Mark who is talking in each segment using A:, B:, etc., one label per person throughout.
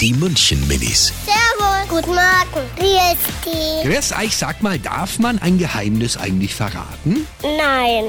A: Die München-Minis.
B: Servus. Guten Morgen. Wie ist die?
A: Chris, ich sag mal, darf man ein Geheimnis eigentlich verraten?
B: Nein,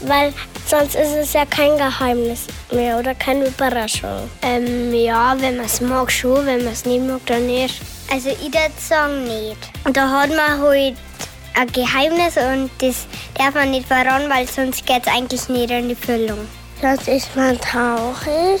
B: weil sonst ist es ja kein Geheimnis mehr oder keine Überraschung. Ähm, ja, wenn man es mag, schon. Wenn man es nicht mag, dann nicht. Also, ich den Song nicht. Und da hat man halt ein Geheimnis und das darf man nicht verraten, weil sonst geht es eigentlich nicht in die Füllung. Sonst ist man traurig.